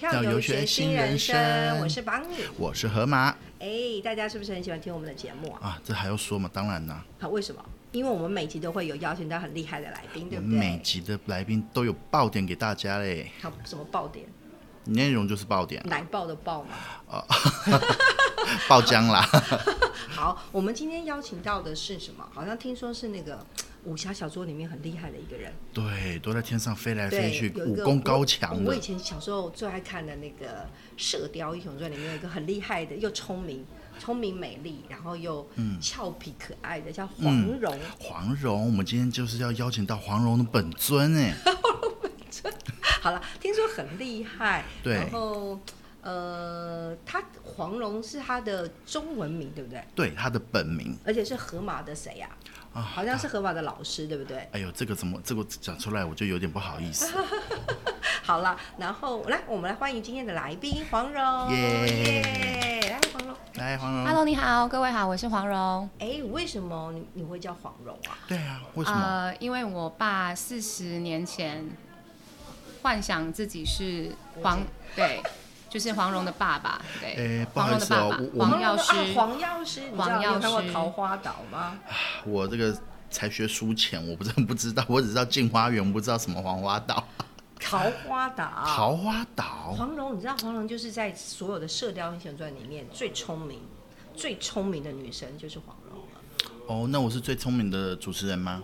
让游学新人生，我是邦尼。我是河马哎，大家是不是很喜欢听我们的节目啊？啊，这还要说吗？当然啦，好，为什么？因为我们每集都会有邀请到很厉害的来宾，对我不们嗯每对？集的来宾都有爆点给大家嘞，好，什么爆点？内容就是爆点 奶爆的爆嘛。啊，爆浆 啦，好，我们今天邀请到的是什么？好像听说是那个武侠小说里面很厉害的一个人，对，都在天上飞来飞对，去，有武一个功我高强我以的，前小时候最爱看的那个《射雕英雄传》里面有一个很厉害的，又聪明、聪明美丽，然后又嗯俏皮可爱的，叫黄蓉。黄蓉，我们今天就是要邀请到黄蓉的本尊 哎，好了，听说很厉害，对然后。呃，他黄蓉是他的中文名，对不对？对，她的本名而且是河马的谁呀、啊，好像是河马的老师，对不对？哎呦，这个怎么这个讲出来我就有点不好意 思，好了，然后来，我们来欢迎今天的来宾黄蓉，耶耶来黄蓉。来哎黄蓉 Hello，你好，各位好，我是黄蓉。哎，为什么你你会叫黄蓉啊？对啊，为什么？呃，因为我爸四十年前幻想自己是黄，对，就是黄蓉的爸爸，对，哎不黄好意蓉的思爸哦爸，我我黄药师，啊黄药师，你知道黄你有药看过《师桃花岛》吗？我这个才学书浅，我不是很不知道，我只知道镜花缘，不知道什么黄花岛，桃花岛。 桃花岛。黄蓉，你知道黄蓉就是在所有的《射雕英雄传》里面最聪明、最聪明的女生就是黄蓉了。哦，那我是最聪明的主持人吗？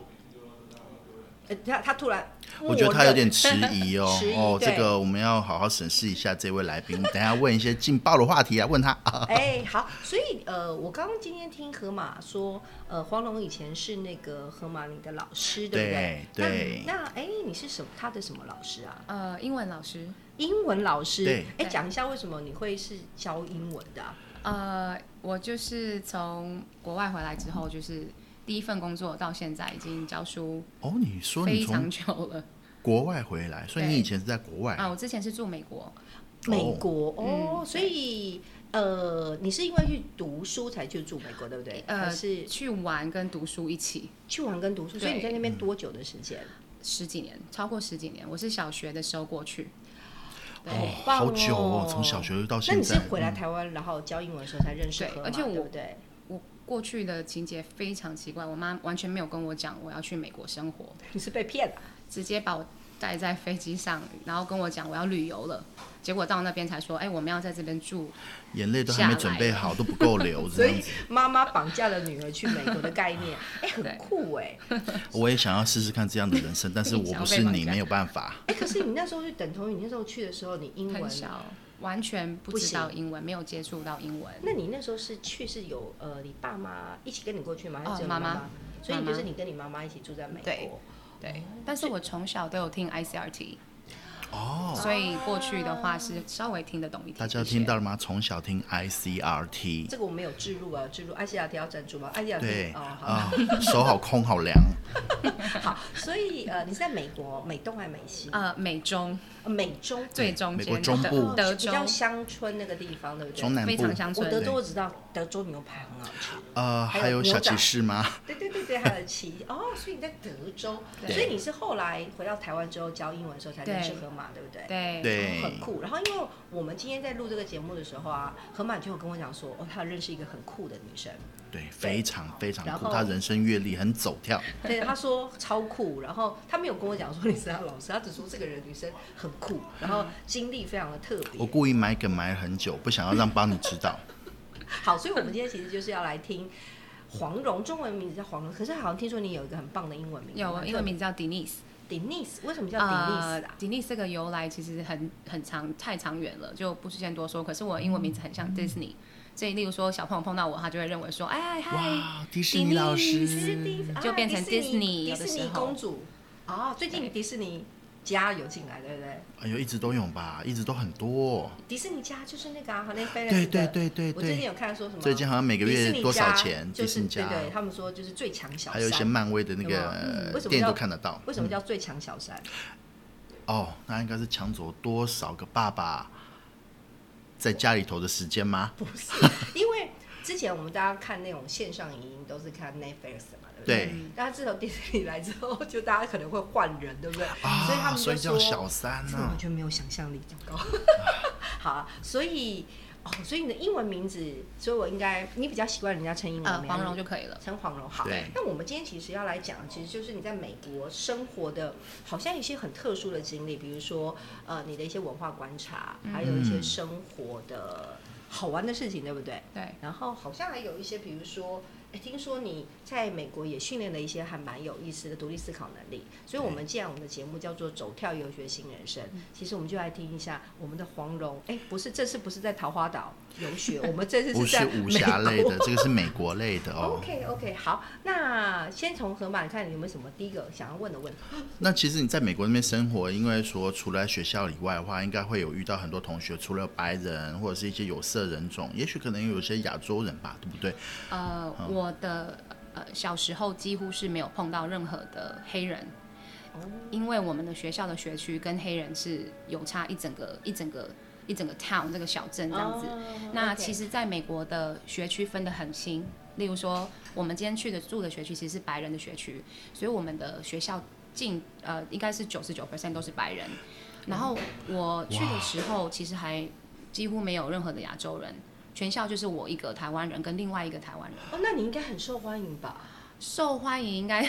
呃，她她突然，。我觉得他有点迟疑哦 迟疑哦，对这个我们要好好审视一下这位来宾。我们等一下问一些劲爆的话题啊，问他啊。哎、好，所以呃，我刚刚今天听河马说，呃，黄蓉以前是那个河马你的老师，对不对？对对那那哎、你是什么？他的什么老师啊？呃，英文老师，英文老师。对哎、对讲一下为什么你会是教英文的啊、呃，我就是从国外回来之后，就是第一份工作到现在已经教书哦，你说非你从常久了国外回来，所以你对以前是在国外哦啊，我之前是住美国，美国哦，嗯所以呃，你是因为去读书才去住美国，对不对？呃还是去玩跟读书一起。去玩跟读书，所以对你在那边多久的时间？十几年，超过十几年。我是小学的时候过去，对、好棒好久哦哦，从小学到那现你是在。回来嗯台湾，然后教英文的时候才认识对河马，嗯而且我对不对？我过去的情节非常奇怪，我妈完全没有跟我讲我要去美国生活， 你是被骗了。直接把我带在飞机上，然后跟我讲我要旅游了。结果到那边才说，哎、我们要在这边住。眼泪都还没准备好，都不够 流所这样以子。妈妈绑架了女儿去美国的概念，哎、很对酷哎、我也想要试试看这样 的人生，但是你我想不要是被绑你，架没有办法。哎、可是你那时候就等同于你那时候去的时候，你英很文，小，完全不知道英文，没有接触到英文。那你那时候是去是有呃你爸妈一起跟你过去吗？还是哦只有你妈妈妈所以你妈就妈是你跟你妈妈一起住在美对国，对，但是我从小都有听 ICRT，哦，所以过去的话是稍微听得懂一点。大家听到了吗？从小听 ICRT，这个我没有置入啊，置入艾希亚提要赞助吗？艾希亚提对哦好、啊，手好空，好凉。好，所以呃你是在美国美东还是美西？呃美中呃美中最中美间国的中部哦德比州较乡村那个地方， 对不中对？南部非常乡我嗯村。德州我只知道德州牛排很好吃。呃，还有还有牛小仔骑士吗？对对对对，还有奇哦，所以你在德州，对所以你是后来回到台湾之后教英文的时候才认识对河马，对不对？哦对对，很酷。然后因为我们今天在录这个节目的时候啊，河马就有跟我讲说，哦，他有认识一个很酷的女生，对，非常非常然酷，后他人生阅历很走跳，对，他说超酷。然后他没有跟我讲说你是他老师，他只说这个人女生很酷，然后经历非常的特我别。故意埋梗埋了很久，不想要让帮你知 道。好，所以我们今天其实就是要来听黄蓉，中文名字叫黄蓉，可是好像听说你有一个很棒的英文名字，有蛮英文特别名字叫 Denise， Denise，为什么叫 Denise 呃啊？ ，Denise 这个由来其实很很长，太长远了，就不先多说。可是我英文名字很嗯像 Disney，所以例如说小朋友碰到我，他就会认为说，哎嗨，哇，迪士尼老师， Disney，嗯就变成啊迪士尼 Disney 迪有的士时尼候公主啊，最近迪士尼家有进来，对不对？哎呦，一直都有吧，一直都很多。迪士尼家就是那个啊，那菲对对对对我最近对，有看说什么，最近好像每个月多少钱？迪迪士士尼尼家家就是对对，他们说就是最强小山，还有一些漫威的那有没有嗯为个什么电影叫都看得到。为什么叫最强小山？哦，那应该是抢走多少个爸爸在家里头的时间吗？不是，因为之前我们大家看那种线上影音都是看 Netflix 嘛，对不对？对嗯但自从迪士尼来之后，就大家可能会换人，对不对？啊，所以他们所就以说叫小三这呢、啊完。全没有想象力，糟糕。 好、啊，所以哦，所以你的英文名字，所以我应该你比较习惯人家称英文呃，名，黄蓉就可以了。称黄蓉好对。那我们今天其实要来讲，其实就是你在美国生活的，好像一些很特殊的经历，比如说呃你的一些文化观察，嗯还有嗯一些生活的好玩的事情，对不对？对，然后好像还有一些，比如说，哎，听说你在美国也训练了一些还蛮有意思的独立思考能力。所以，我们既然我们的节目叫做“走跳游学新人生”，嗯其实我们就来听一下我们的黄蓉。哎，不是，这次不是在桃花岛游学，我们这次不在是武美侠类国 的，这个是美国类的哦。 OK OK，好，那先从河马，你看你有没有什么第一个想要问的问题？那其实你在美国那边生活，因为说除了在学校以外的话，应该会有遇到很多同学，除了白人或者是一些有色人种，也许可能有一些亚洲人吧，对不对？呃，我的呃小时候几乎是没有碰到任何的黑人，哦因为我们的学校的学区跟黑人是有差一整个一整个一整个 town 这个小镇嗯这哦样子。那其实实，在美国的学区分得很清，例如说，我们今天去的住的学区其实是白人的学区，所以我们的学校近呃应该是九十九 percent 都是白人。然后我去的时候，其实还几乎没有任何的亚洲人，全校就是我一个台湾人跟另外一个台湾人，哦，那你应该很受欢迎吧？ 受欢迎应该。。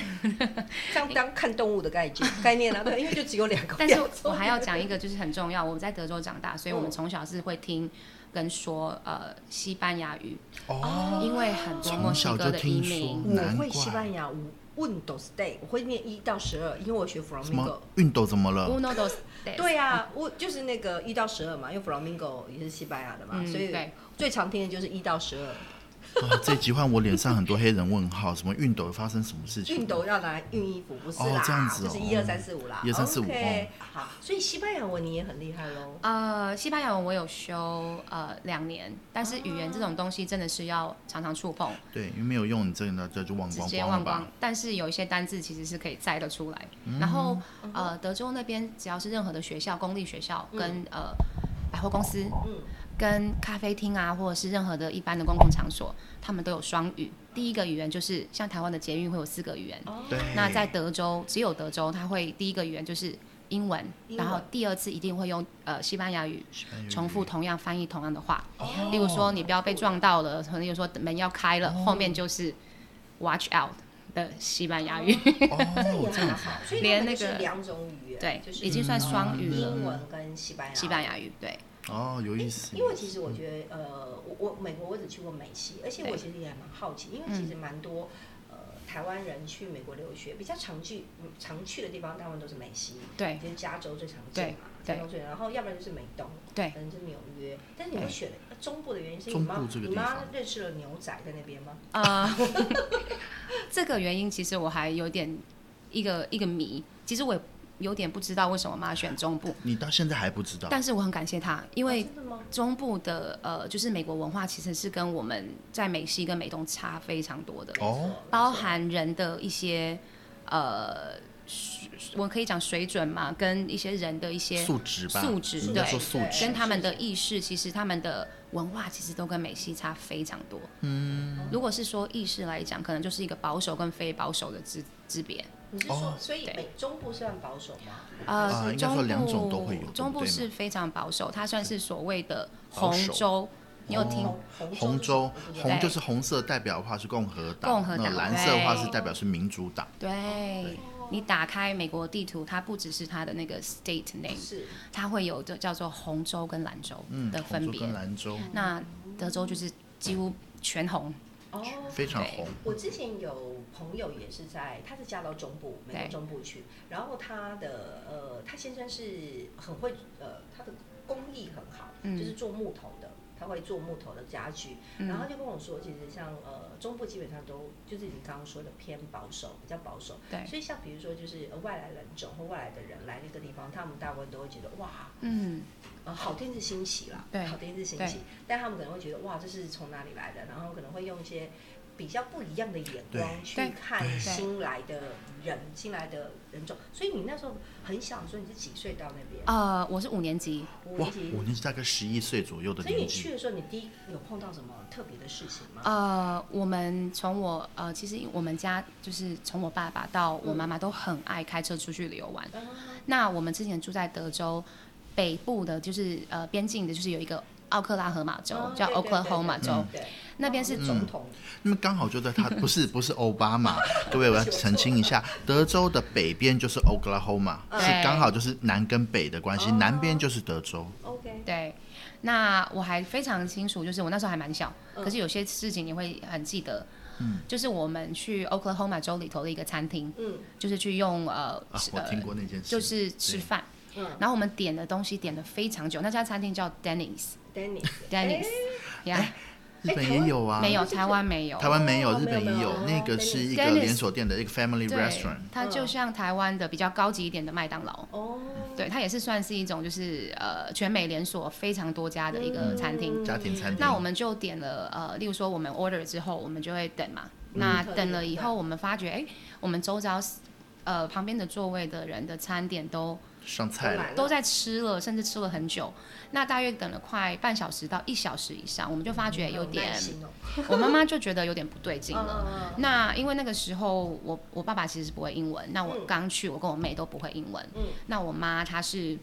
像当看动物的概念概念啊，对，因为就只有两个但是两种我还要讲一个，就是很重要，我在德州长大，所以我们嗯从小是会听跟说呃西班牙语，哦，因为很多墨从西小哥就的移听说。民我难怪会西班牙文 uno stay，我会念一到十二，因为我学什么 flamingo。熨斗怎么 了？ Uno dos，对啊，我就是那个一到十二嘛，因为 flamingo 也是西班牙的嘛，嗯所以对最常听的就是一到十二。啊这集换我脸上很多黑人问号，什么熨斗发生什么事情？熨斗要拿来熨衣服，不是哦啦，这样子哦就是一二三四五啦。 12345 OK，好，所以西班牙文你也很厉害喽。呃，西班牙文我有修呃两年，但是语言这种东西真的是要常常触碰，对，因为没有用，你这个这就忘直光接光了忘吧光？。但是有一些单字其实是可以猜得出来。然后呃，德州那边只要是任何的学校，公立学校嗯跟、呃百货公司、嗯跟咖啡厅啊，或者是任何的一般的公共场所，他们都有双语。第一个语言就是像台湾的捷运会有四个语言，哦对，那在德州只有德州，它会第一个语言就是英文，英然后文第二次一定会用呃西班牙语。西班牙语重复同样翻译同样的话，哦例如说你不要被撞到了，可能例如说门要开了，后面就是 watch out 的西班 牙语， 这哦也，这很样好，所以连他们那就是个两种语言，对就是嗯已经算双语了英文跟西班牙。西班牙语对，哦，有意思。因为其实我觉得，呃，我我美国我只去过美西，而且我嗯对嗯其实也蛮好奇，因为其实蛮多呃台湾人去美国留学，比较常去嗯常去的地方，大部分都是美西，对就是加州最常见嘛，对加州最，然后要不然就是美东，对可能就是纽约。但是你对会选呃中部的原因是你中部妈这个你地妈方认识了牛仔在那边吗？呃， 这个原因其实我还有点一个一个谜，其实我也有点不知道为什么妈选中部，你到现在还不知道，但是我很感谢她，因为哦真的吗？中部的呃就是美国文化其实是跟我们在美西跟美东差非常多的，哦没错包含人的一些呃，水我可以讲水准嘛，跟一些人的一些素质吧，素质应对该，说素质跟他们的意识，其实他们的文化其实都跟美西差非常多。嗯，如果是说意识来讲，可能就是一个保守跟非保守的之之别。你是说哦，所以美中部算保守吗？啊呃，应该中说部两种都会有对不中部对是非常保守，它算是所谓的保红守州。你有听红红哦红州是什么红就是红色代表的话是共和党，共和党那蓝色的话对是代表是民主党。对哦对，你打开美国地图，它不只是它的那个 state name，是它会有这叫做红州跟蓝州嗯，的红分州别。跟兰州那德州就是几乎全红，哦，非常对红，我之前有朋友也是在，她是嫁到中部，美国对中部去，然后她的呃，她先生是很会呃，他的工艺很好，嗯就是做木头的。他会做木头的家具，嗯然后他就跟我说，其实像呃中部基本上都就是你刚刚说的偏保守，比较保守，对，所以像比如说就是呃外来人种或外来的人来那个地方，他们大部分都会觉得哇，嗯，呃，好天是新奇啦，对好天是新对奇，但他们可能会觉得哇，这是从哪里来的？然后可能会用一些比较不一样的眼对光去对看对新来的人、新来的人种。所以你那时候很小的时候，你是几岁到那边？呃，我是五年级，五哇年，级我。那是大概十一岁左右的所以你年去纪，的时候，你第一有碰到什么特别的事情吗？呃，我们从我呃，其实我们家就是从我爸爸到我妈妈都很爱开车出去旅游玩。啊那我们之前住在德州北部的，就是呃边境的，就是有一个奥克拉荷马州，哦叫对对对 Oklahoma 州，嗯对，那边是哦总统那么刚好就在他不是不是奥巴马， 各位我要澄清一下，德州的北边就是 Oklahoma，嗯是刚好就是南跟北的关系，哦南边就是德州。 ，OK，对，那我还非常清楚，就是我那时候还蛮小，嗯可是有些事情你会很记得。嗯就是我们去 Oklahoma 州里头的一个餐厅，嗯就是去用呃，啊，吃我呃听过那件事，就是吃饭，嗯然后我们点的东西点的非常久，那家餐厅叫 Denny's ，Dennis， Denny's 呀，日本也有啊，哎没有台湾没有，台湾没有，哦日本没也有有，没有那个是一个 Dennis 连锁店的一个 family 对 restaurant，，它就嗯像台湾的比较高级一点的麦当劳，哦，对，它也是算是一种就是呃全美连锁非常多家的一个嗯餐厅。家庭餐厅。那我们就点了呃，例如说我们 order 之后，我们就会等嘛。嗯那等了以后，我们发觉哎，我们周遭呃旁边的座位的人的餐点都上菜了，来都在吃了，甚至吃了很久。那大约等了快半小时到一小时以上，我们就发嗯觉有点，我妈妈就觉得有点不 对劲了。了，那因为那个时候我我爸爸其实是不会英文，那我嗯刚去，我跟我妹都不会英文，嗯那我妈她是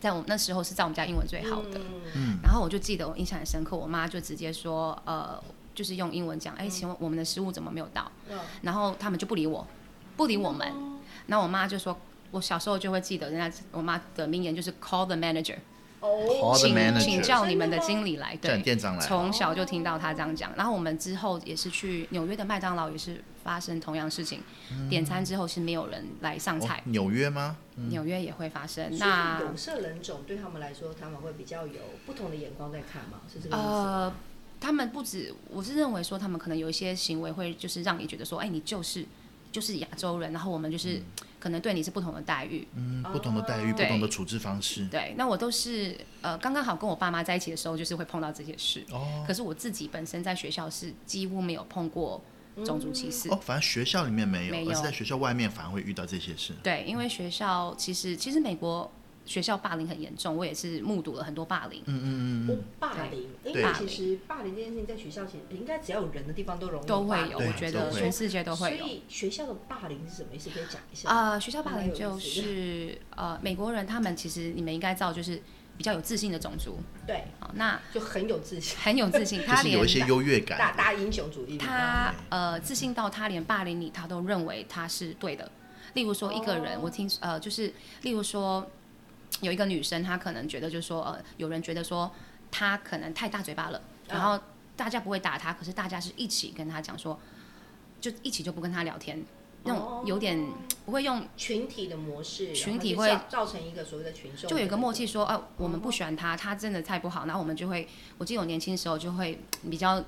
在我那时候是在我们家英文最好的，嗯然后我就记得我印象很深刻，我妈就直接说呃。就是用英文讲，哎、请问我们的食物怎么没有到？嗯哦然后他们就不理我，不理我们。那我妈就说，我小时候就会记得人家我妈的名言就是 call the manager，哦 Call the 请 manager 请叫你们的经理来。叫对你，店长来。从小就听到他这样讲，然后我们之后也是去纽约的麦当劳，也是发生同样事情，点餐之后是没有人来上嗯哦嗯菜，纽约吗？纽约也会发生。那那有色人种对他们来说，他们会比较有不同的眼光在看嘛，是这个意思？呃，他们不止，我是认为说他们可能有一些行为会就是让你觉得说，哎，你就是就是亚洲人，然后我们嗯就是、可能对你是不同的待遇。嗯，不同的待遇，不哦对同的处置方式。嗯对，那我都是呃刚刚好跟我爸妈在一起的时候，就是会碰到这些事。哦可是我自己本身在学校是几乎没有碰过种族歧视。哦，反正学校里面没有，没有而是在学校外面反而会遇到这些事。对，因为学校其实其实美国学校霸凌很严重，我也是目睹了很多霸凌。嗯嗯嗯我嗯，哦霸凌，因为对其实霸凌这件事情在学校其实应该只要有人的地方都容易都会霸凌有，对我觉得都会全世界都会有所。以学校的霸凌是什么意思？可以讲一下？啊、学校霸蛮凌有意就思的是呃，美国人他们其实你们应该知道，就是比较有自信的种族对，啊、那就很有自信，很有自 信，就他是连有一些啊优越大感。大英雄主义嘛。他呃自信到他连霸凌你，他都认为他是对的。例如说一个人，哦我听呃就是例如说有一个女生，她可能觉得就是说呃有人觉得说她可能太大嘴巴了，嗯然后大家不会打她，可是大家是一起跟她讲说，就一起就不跟她聊天，那种有点哦不会用群体的模式，群体然后就会造造成一个所谓的群众，就有一个默契说，啊，我们嗯不喜欢他，他真的太不好，然后我们就会，我记得我年轻时候就会比较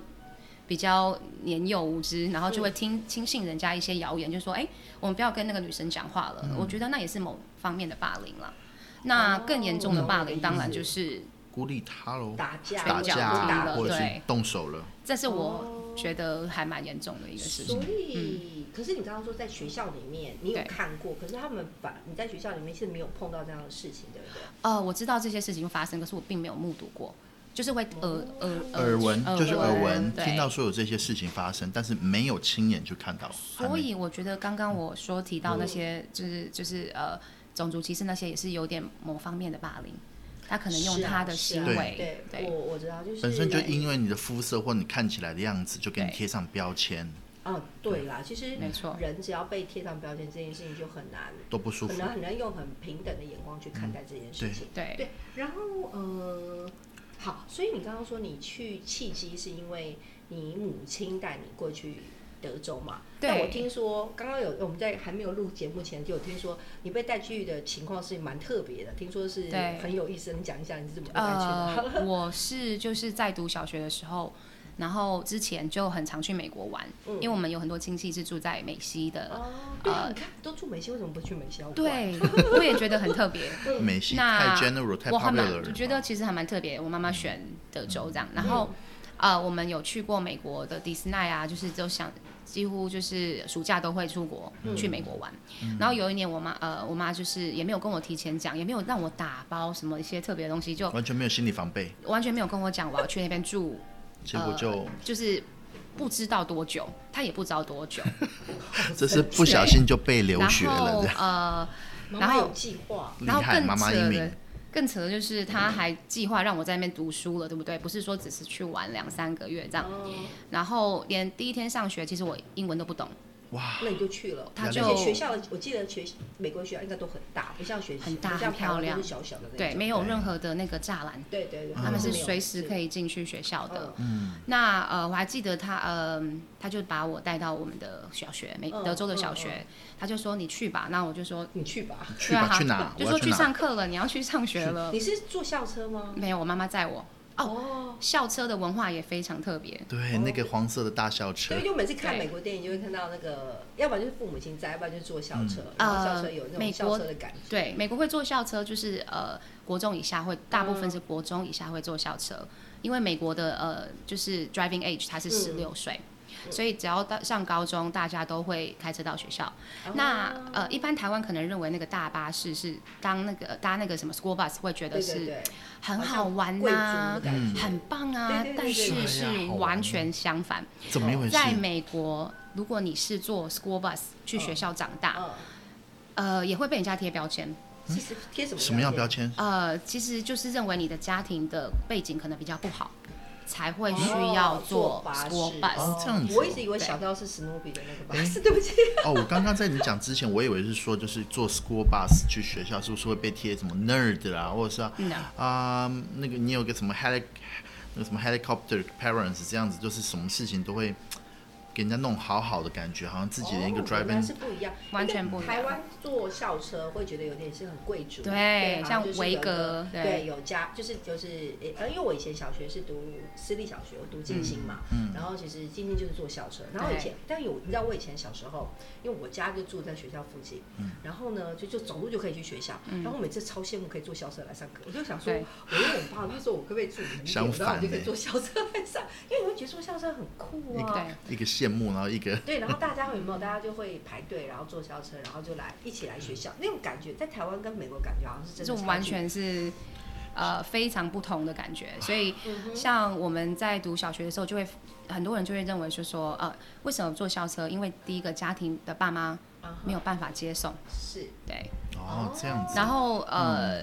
比较年幼无知，然后就会听轻信人家一些谣言，就说，哎、我们不要跟那个女生讲话嗯了，我觉得那也是某方面的霸凌了。那哦更严重的霸凌，当然就是，孤立他喽，打架、打架拳脚踢啊了或者是对动手了。这是哦我觉得还蛮严重的一个事情嗯所。以，可是你刚刚说在学校里面你有对看过，可是他们反你在学校里面是没有碰到这样的事情，对不对？呃，我知道这些事情发生，可是我并没有目睹过，就是会哦耳耳耳闻就是耳闻，嗯对听到说有这些事情发生，但是没有亲眼去看到。还所没以我觉得刚刚我说提到那些，就是就是呃，种族歧视那些也是有点某方面的霸凌，他可能用是啊他的是行啊为，对，对我我知道，就是本身就对因为你的肤色或你看起来的样子，就给你对贴上标签，啊，对啦，其实没错人只要被贴上标签这件事情就很难，都不舒服很。难很难用很平等的眼光去看待这件事情。对对，然后呃，好，所以你刚刚说你去契机是因为你母亲带你过去德州嘛？对那我听说刚刚有我们在还没有录节目前就有听说你被带去的情况是蛮特别的，听说是对很有意思，你讲一下你是怎么被带去的？ 呃，我是就是在读小学的时候。然后之前就很常去美国玩，嗯因为我们有很多亲戚是住在美西的，哦， 对，呃你看都住美西，为什么不去美西？，对， 我也觉得很特别。美西那太 general 太我还 popular 嗯蛮了，觉得其实还蛮特别，我妈妈选德州这样，然后。呃，我们有去过美国的迪士尼啊，就是就想几乎就是暑假都会出国、去美国玩。嗯然后有一年我妈呃我妈就是也没有跟我提前讲，也没有让我打包什么一些特别的东西，就完全没有心理防备，完全没有跟我讲我要去那边住，结呃果就、就是不知道多久，她也不知道多久。 这是不小心就被留然学了后这样，呃，妈然妈后有计划，厉然后害，更妈妈英扯的明，，更扯的就是他还计划让我在那边读书了，对不对？不是说只是去玩两三个月这样。哦然后连第一天上学，其实我英文都不懂，哇，那你就去了。他而就且学校，我记得学美国学校应该都很大，不像学很大不像很台湾漂亮都是小小的那种。对，没有任何的那个栅栏，对对对，嗯他们是没有随时可以进去学校的。那呃，我还记得他，呃，他就把我带到我们的小学，美嗯德州的嗯小学，他就说你去吧，那我就说你去吧。去对啊吧，好去哪？就我要说去去哪？上课了，你要去上学了。你是坐校车吗？没有，我妈妈载我。哦，校车的文化也非常特别，对，那个黄色的大校车所以，就每次看对美国电影就会看到那个，要不然就是父母亲在，要不然就是坐校车，嗯然后校呃车有那种美校国车的感觉。对，美国会坐校车，就是呃，国中以下会，大部分嗯是国中以下会坐校车，因为美国的呃，就是 driving age 它是嗯十六岁。所以只要到上高中，大家都会开车到学校。哦那呃，一般台湾可能认为那个大巴士是当那个搭那个什么 school bus 会觉得对对是对，很好像好玩贵族呐、的感觉。很棒啊对对对，但对是对哎呀是好玩完全相反。怎么一回事？在美国，如果你是坐 school bus 去学校长大，嗯，呃，也会被人家贴标签。其实贴什么什么样标标签？签？呃，其实就是认为你的家庭的背景可能比较不好，才会需要哦做巴士 school 哦 bus。这样子哦我一直以为对小到是史努比的那个巴士，对不起。哦，我刚刚在你讲之前，我以为是说就是坐 school bus 去学校，是不是会被贴什么 nerd 啦，或者是啊、嗯啊那个你有个什么 heli 那个什么 helicopter parents 这样子，就是什么事情都会给人家弄好好的感觉，好像自己的一个哦原来 driving 是不一样，完全不一样台湾坐校车会觉得有点是很贵族，对啊像就是维有一个格对对有家就是就是呃，因为我以前小学是读私立小学，我读嗯静心嘛，然后其实静心就是坐校车，然后以前但有你知道我以前小时候，因为我家就住在学校附近，嗯然后呢就就走路就可以去学校，然后我每次超羡慕可以坐校车来上课，我就想说，嗯对我问我爸，我就说我可不可以住你相然后我就可以反欸坐校车来上，因为我会觉得坐校车很酷啊，对，一个羡慕，然后一个对，然后大家会有没有？大家就会排队，然后坐校车，然后就来一起来学校，那种感觉在台湾跟美国感觉好像是真就的差距完。全是呃非常不同的感觉。所以嗯哼像我们在读小学的时候，就会很多人就会认为就说呃为什么坐校车？因为第一个家庭的爸妈啊哈没有办法接送，是对，哦哦这样子，然后呃。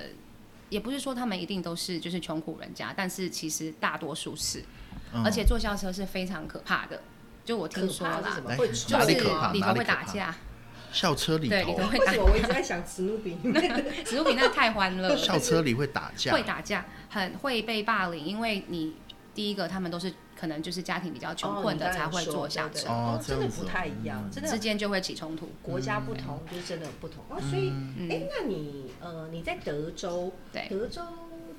也不是说他们一定都是就是穷苦人家，但是其实大多数是，嗯而且坐校车是非常可怕的。就我可听说怕啦是，什么？来会就是就撞哪是里人可怕吗里哪头里会可打怕架，校车里对，头里头啊，会 为打什么我一直在想史努 比？史努比那太欢 乐了，校车里会打架，会打架，很会被霸凌，因为你第一个他们都是可能就是家庭比较穷困的才会坐校车，哦哦，真的这样子不哦太一样，真之的间就会起冲突。国家嗯不同就是真的很不同。哦，嗯所以哎，那你呃你在德州，对，德州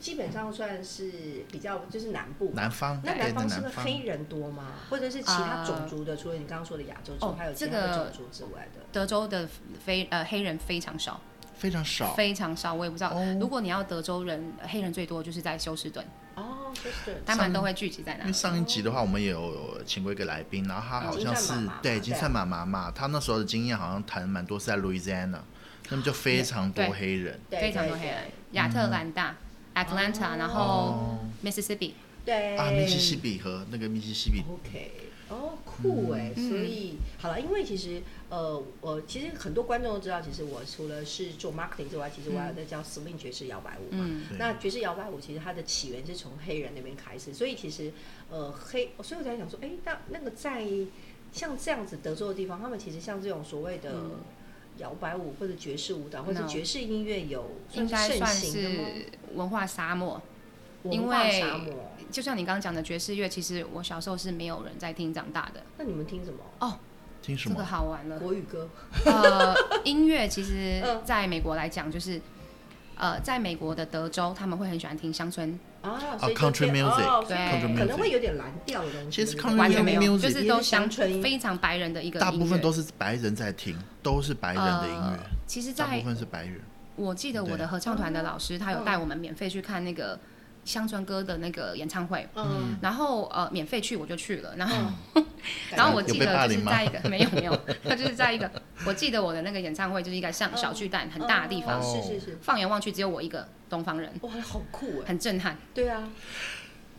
基本上算是比较就是南部嘛，南方那南对在方是不南是方黑人多吗？或者是其他种族的？除了你刚刚说的亚洲族，哦还有其他这的个种族之外的？德州的非呃黑人非常少，非常少，非常少，我也不知道哦。如果你要德州人，呃黑人最多就是在休斯顿，哦，就是他们都会聚集在那因嗯为里。上一集的话，我们也有请过一个来宾，然后他好像金是算妈妈对对金算妈妈嘛，他那时候的经验好像谈蛮多是在 Louisiana，那么就非常多对黑人。对非常对多黑人对，嗯亚特兰大、Atlanta，然后哦 Mississippi，对哎啊，密西西比河那个密西西比嗯 OK，哦，酷哎、所以好了，因为其实呃，我其实很多观众都知道，其实我除了是做 marketing 之外，其实我还有在教 swing 爵士摇摆舞嘛。嗯，对那爵士摇摆舞其实它的起源是从黑人那边开始，所以其实呃黑，所以我才想说，哎、那那个在像这样子德州的地方，他们其实像这种所谓的嗯摇摆舞或者爵士舞蹈或者 No 爵士音乐有应该是盛算行的吗？是文化沙漠。文化因为沙漠，就像你刚刚讲的爵士乐，其实我小时候是没有人在听长大的。那你们听什么？听什这个么？好 玩了。国语歌呃，音乐其实嗯在美国来讲，就是呃，在美国的德州，他们会很喜欢听乡村，啊，所以就 country 变 music，哦所以 country 可能 music 会有点蓝调的东西。其实对不对 country 完全没 Music 有，就是都乡也是乡村非常白人的一个音乐。大部分都是白人在听，都是白人的音乐呃，其实大部在分是白人。嗯我记得我的合唱团的老师，他有带我们免费去看那个乡村歌的那个演唱会，嗯，然后呃免费去我就去了，然后、嗯感然后我觉记有被霸得就凌是吗在一 个没有没有，他就是在一个我记得我的那个演唱会就是一个嗯像小巨蛋很大的地方，哦是是是，放眼望去只有我一个东方人，哇，好酷哎！很震撼，对啊，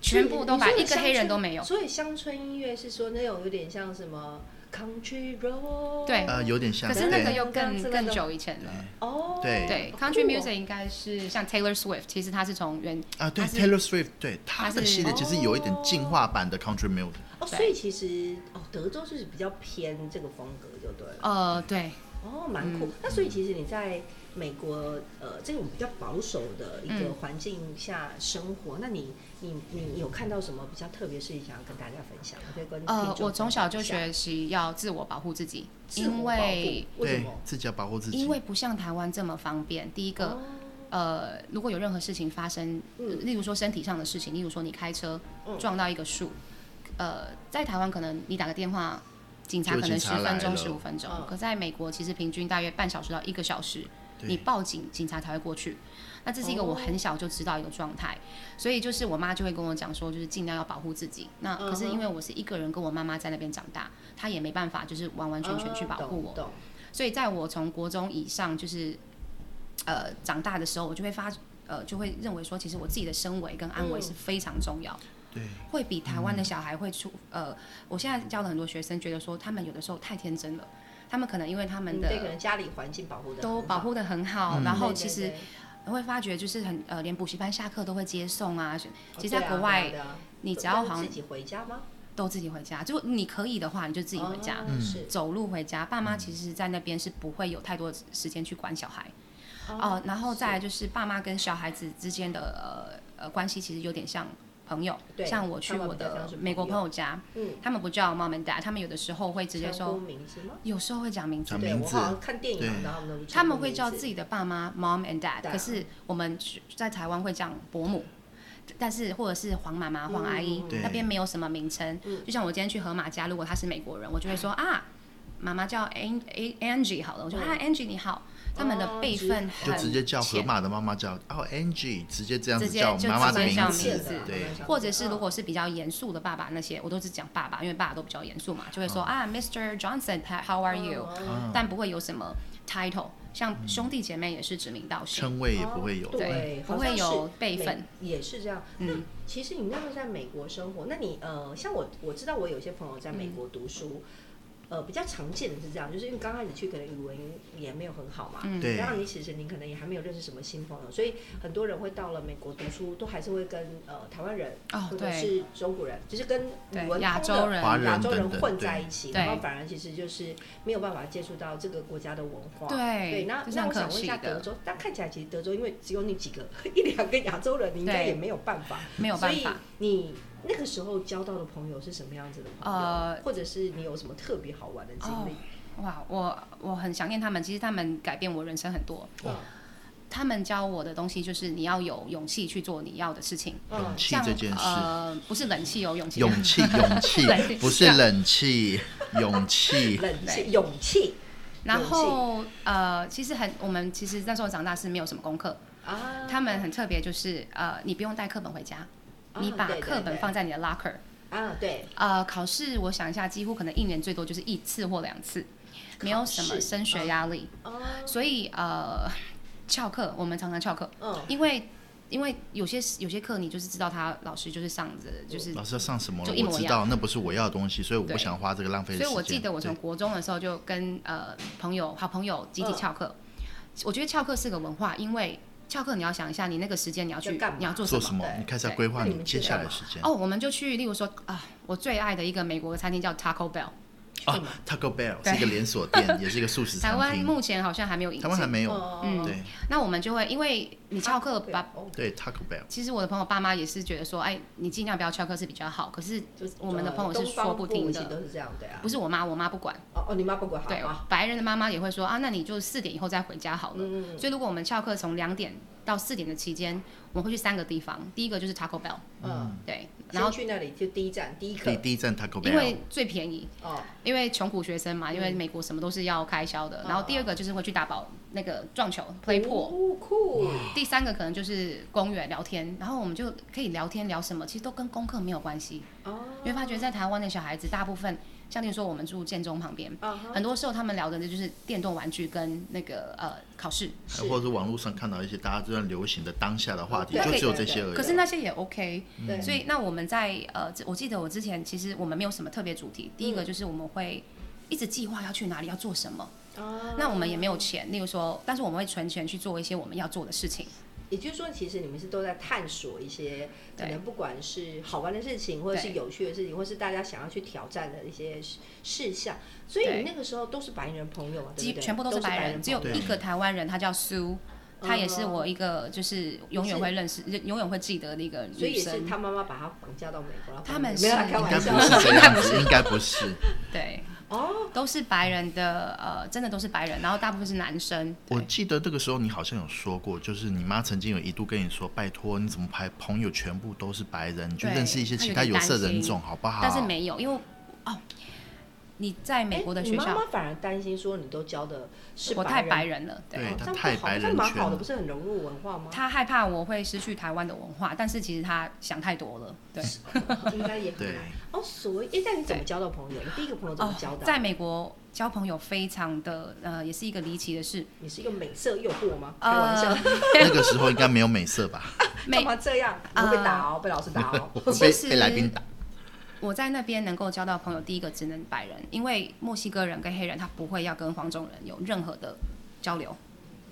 全部都白，所以你一个说的黑人乡村都没有。所以乡村音乐是说那种有点像什么 country road，对呃，有点像，可是那个对又刚刚更是那更种久以前了，哦，对对好酷，country 哦 music 应该是像 Taylor Swift，其实他是从原啊，对它是，Taylor Swift，对它他的是系列其实有一点进化版的 Country Music，哦，对所以其实哦，德州是比较偏这个风格就对了，呃对哦，蛮嗯酷。那所以其实你在美国呃这种比较保守的一个嗯环境下生活，那你你你有看到什么比较特别事情想要跟大家分享？我可以跟呃听，众我从小就分啊享一下学习要自我保护自己，自我因保护为为什对么？自己要保护自己因，为不像台湾这么方便。第一个，哦呃，如果有任何事情发生，嗯例如说身体上的事情，例如说你开车嗯撞到一个树，呃，在台湾可能你打个电话，警察就可能警十察来分钟、了十五分钟嗯，可在美国其实平均大约半小时到一个小时，对你报警，警察才会过去。那这是一哦个我很小就知道一个状态，所以就是我妈就会跟我讲说，就是尽量要保护自己。那可是嗯哼因为我是一个人跟我妈妈在那边长大，她也没办法就是完完全全去保护我哦。懂懂所以在我从国中以上就是呃长大的时候，我就会发呃就会认为说，其实我自己的身维跟安危嗯是非常重要，对，会比台湾的小孩会出、呃，我现在教了很多学生，觉得说他们有的时候太天真了，他们可能因为他们嗯对，可的能家里环境保护的都保护的很好，哦然后其实。对对会发觉就是很呃，连补习班下课都会接送啊。哦对啊其实，在国外，你只要好像像自己回家吗？都自己回家，就你可以的话，你就自己回家。哦，是嗯走路回家，爸妈其实，在那边是不会有太多时间去管小孩。哦、然后再来就是爸妈跟小孩子之间的呃呃关系，其实有点像朋友。对像我他去们我比较像的是朋友美国朋友家，嗯他们不叫 mom and dad，他们有的时候会直接称呼说，名字吗？有时候会讲名字讲，对，名我字好像看电影，对然后他们都他们会叫自己己的爸妈 mom and dad，对啊可是我们去在台湾会讲伯母。但是或者是黄妈妈、黄阿姨、嗯对那边没有什么名称，嗯就像我今天去河马家，如果她是美国人，我就会说啊，妈妈叫 An A Angie 好了，我说嗯哦啊 Angie 你好，他们的辈分就很直接叫河浅，马的妈妈叫哦 Angie，直接这样子直接叫就妈妈的直接叫名名字字，对，或者是如果是比较严肃的爸爸那些，我都是讲爸爸，因为爸爸都比较严肃嘛，就会说啊 Mr. Johnson，How are you？嗯但不会有什么 title，像兄弟姐妹也是指名道姓。称谓也不会有，对对，好不会像有是辈美分，嗯也是这样。那其实你那时候在美国生活，那你呃，像我我知道我有些朋友在美国读书。呃，比较常见的是这样，就是因为刚开始去可能语文也没有很好嘛，嗯对然后你其实你可能也还没有认识什么新朋友，所以很多人会到了美国读书，都还是会跟呃台湾人、哦或者对是中国人，就是跟对语文亚通洲的人华人亚洲人等等混在一起，对然后反而其实就是没有办法接触到这个国家的文化，对，对那这是那很我想可问一惜下德的，哦州，但看起来其实德州因为只有你几个 一两个亚洲人，你应该对也没有办法，没有办法。。你那个时候交到的朋友是什么样子的朋友？呃或者是你有什么特别好玩的经历？哇，我我很想念他们，其实他们改变我人生很多。哦、他们教我的东西就是你要有勇气去做你要的事情，嗯勇，气这件事，呃不是冷气哦，勇气，勇气勇 气对不是冷气，勇气嗯冷气、勇气然后呃其实很我们其实那时候长大是没有什么功课，啊，他们很特别就是呃你不用带课本回家，哦啊你把课本放在在你的 locker，啊，对，呃，考试我想一下，几乎可能一年最多就是一次或两次，没有什考试么升学压力，哦，所以呃，翘课我们常常翘课，嗯，因为因为有些有些课你就是知道他老师就是上着就是，老师要上什么了？就一模我知一道那不是我要的东西，所以我不对想花这个浪费的时所以间。我记得我从对国中的时候就跟呃朋友好朋友集体嗯翘课，我觉得翘课是个文化，因为翘课你要想一下你那个时间你要要去干嘛你要做什做么。什么对，你开始要规划对你接下来的时间。哦，我们就去，例如说啊、我最爱的一个美国的餐厅叫 Taco Bell，哦，Taco Bell 对是一个连锁店，也是一个素食台餐湾厅。目前好像还没有引台湾还进。没有，哦嗯对那我们就会，因为你翘课把啊哦对 Taco Bell 其实我的朋友爸妈也是觉得说，哎，你尽量不要翘课是比较好。可是就是我们的朋友呃是东方说不听父母亲的，都是这样对啊不。是我妈，我妈不管。哦哦，你妈不管好对啊，白人的妈妈也会说啊，那你就四点以后再回家好了。嗯所以如果我们翘课从两点到四点的期间，我会去三个地方。第一个就是 Taco Bell，嗯，对，先然后去那里就第一站第一第课第一站 Taco 因 Bell，为最便宜，哦，因为穷苦学生嘛，嗯因为美国什么都是要开销的。然后第二个就是会去打保那个撞球 play pool，哦酷，嗯第三个可能就是公园聊天，然后我们就可以聊天聊什么，其实都跟功课没有关系。哦，你会发觉在台湾的小孩子大部分，像例如说我们住建中旁边，啊哈，很多时候他们聊的就是电动玩具跟那个呃考试，是还哎或者是网络上看到一些大家正在流行的当下的话题，对就只有对这对嗯些而已。啊可是那些也 OK。对，所以那我们在呃，这我记得我之前其实我们没有什么特别主题，第一嗯个就是我们会。一直计划要去哪里，要做什么。哦那我们也没有钱，例如说，但是我们会存钱去做一些我们要做的事情。也就是说，其实你们是都在探索一些可对能不管是好玩的事情，或者是对有趣的事情，或是大家想要去挑战的一些事事项。所以对你那个时候都是白人朋友啊，对几不对？全部都都是白白人人，只有朋友一个台湾人，他叫苏，嗯她也是我一个就是永远会认识、永远会记得的一个哦所以女也是生。他妈妈把他绑架到美国了。他们没有啦是开应该玩笑不是这啊 应该样不子，应该不 是。对，哦，都是白人的，呃，真的都是白人，然后大部分是男生。我对，记得那个时候你好像有说过，就是你妈曾经有一度跟你说：“拜托，你怎么排朋友全部都是白人，你就对认识一些其她他有有点色担人心种，好不好？”但是没有，因为哦，你在美国的哎学你妈校，妈反而担心说你都教的是我太白人，人了，对。对哦这他样不太好白这样人蛮圈好的，了不是很融入文化吗？他害怕我会失去台湾的文化，但是其实他想太多了，对。 应该也很对难。哦，所以，哎，但你怎么交到朋友？你第一个朋友怎么啊交哦，到？在美国交朋友非常的，呃，也是一个离奇的事。你是一个美色诱惑吗？开玩笑呃，，那个时候应该没有美色吧？干 美呃嘛这样？你会被打哦，被老师打 哦。被其实被来宾打，我在那边能够交到朋友，第一个只能白人，因为墨西哥人跟黑人他不会要跟黄种人有任何的交流。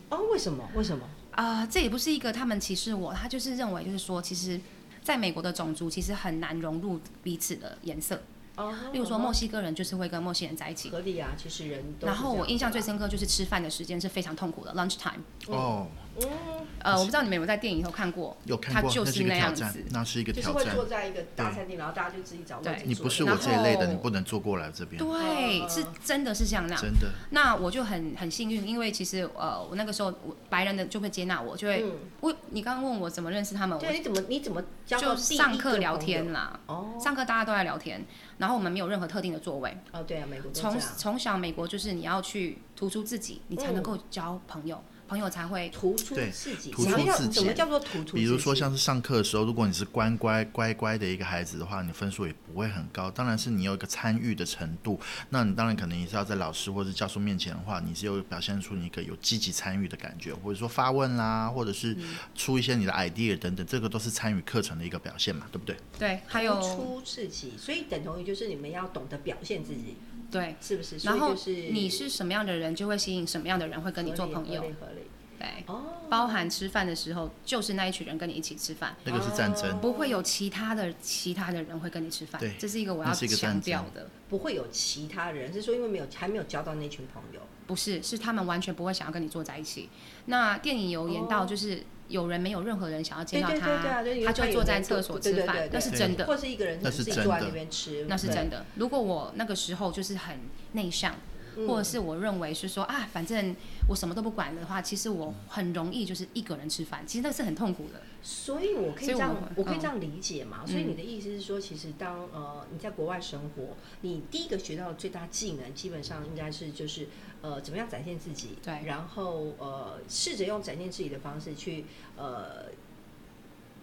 哦，为什么？为什么？啊、这也不是一个他们歧视我，他就是认为就是说，其实在美国的种族其实很难融入彼此的颜色。哦，例如说墨西哥人就是会跟墨西哥人在一起。合理啊，其实人都是这样子啊。然后我印象最深刻就是吃饭的时间是非常痛苦的，lunch time。哦，呃，我不知道你们有没有在电影里头看过，有看过，他就那是一是个那挑样战嗯子，。那是一个就是挑会战坐。在一个大餐厅，然后大家就自己找位置对坐。你不是然我后这一类的，你不能坐过来这边，对，哦啊是真的是像那样。真的。那我就很很幸运，因为其实呃，我那个时候我白人的就会接纳我，就会、我你刚刚问我怎么认识他们，嗯对，我你怎么你怎么交到就第一上课个聊朋友天啦，哦上课大家都在聊天，然后我们没有任何特定的座位。哦，对啊，美国都这从样。从小美国就是你要去突出自己，你才能够交朋嗯友，朋友才会突出对自己，突什么出叫自己什么叫做突出？比如说，像是上课的时候，如果你是乖乖乖乖的一个孩子的话，你分数也不会很高。当然是你有一个参与的程度，那你当然可能也是要在老师或者教授面前的话，你是有表现出你一个有积极参与的感觉，或者说发问啦，或者是嗯出一些你的 idea 等等，这个都是参与课程的一个表现嘛，对不对？对，还突有出自己，所以等同于就是你们要懂得表现自己，对，是不是？所以然后就是你是什么样的人，就会吸引什么样的人会跟你做朋友合理，合理对，合理哦。包含吃饭的时候，就是那一群人跟你一起吃饭，那个是战争，哦不会有其他的其他的人会跟你吃饭对，这是一个我那要是一个强战争调的。不会有其他人，是说因为没有还没有交到那群朋友。不是，是他们完全不会想要跟你坐在一起。那电影有演到，就是有人没有任何人想要见到哦对对对对啊他对你，会他看就有坐在人坐厕所对吃对对饭对，那是真的，或是一个人那自是己真坐在的那边吃，那是对真的。如果我那个时候就是很内向，嗯或者是我认为是说啊，反正我什么都不管的话，其实我很容易就是一个人吃饭，其实那是很痛苦的。所以我可以所以这我样们会，我可以嗯这样理解嘛？所以你的意思是说，其实当呃你在国外生活，你第一个学到的最大技能，基本上应该是就是呃怎么样展现自己，对然后呃试着用展现自己的方式去呃。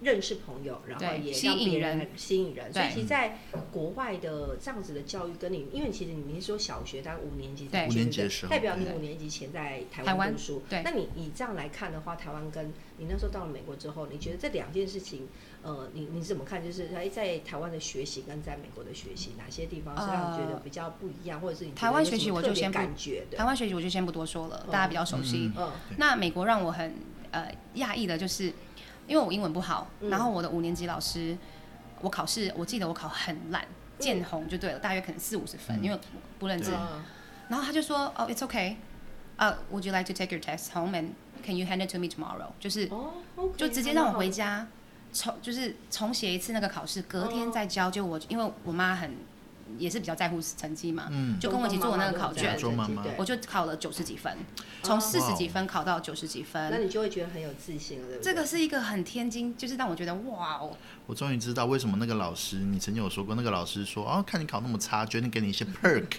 认识朋友，然后对也吸让引别人人吸引人。所以对其实，在国外的这样子的教育，跟你，因为其实你是说小学大概五年级才对去，五年对不级对的时候代表你对五年级前在台台湾湾读书。对那你你这样来看的话，台湾跟你那时候到了美国之后，你觉得这两件事情，呃，你你怎么看？就是哎，在台湾的学习跟在美国的学习，哪些地方是让你觉得呃比较不一样，或者是你觉得台湾有什么学习我特就别先不感觉的台，湾学习我就先不多说了，嗯大家比较熟悉。嗯，那美国让我很呃讶异的就是，因为我英文不好，嗯然后我的五年级老师，我考试我记得我考很烂，见红就对了，大约可能四五十分，因为我不认字。嗯然后他就说，哦、i t s okay，呃、w o u l d you like to take your test home and can you hand it to me tomorrow？就是哦，OK，就直接还让蛮好哦我回的，家重就是重写一次那个考试，隔天再交。就我因为我妈很也是比较在乎成绩嘛，嗯，就跟我一起做我那个考卷亚，洲妈妈对我就考了九十几分，哦从四十几分考到九十几那分。你就会觉得很有自信了，对不对？这个是一个很天津，就是让我觉得哇哦，我终于知道为什么那个老师，你曾经有说过，那个老师说，哦，看你考那么差，决定给你一些 perk。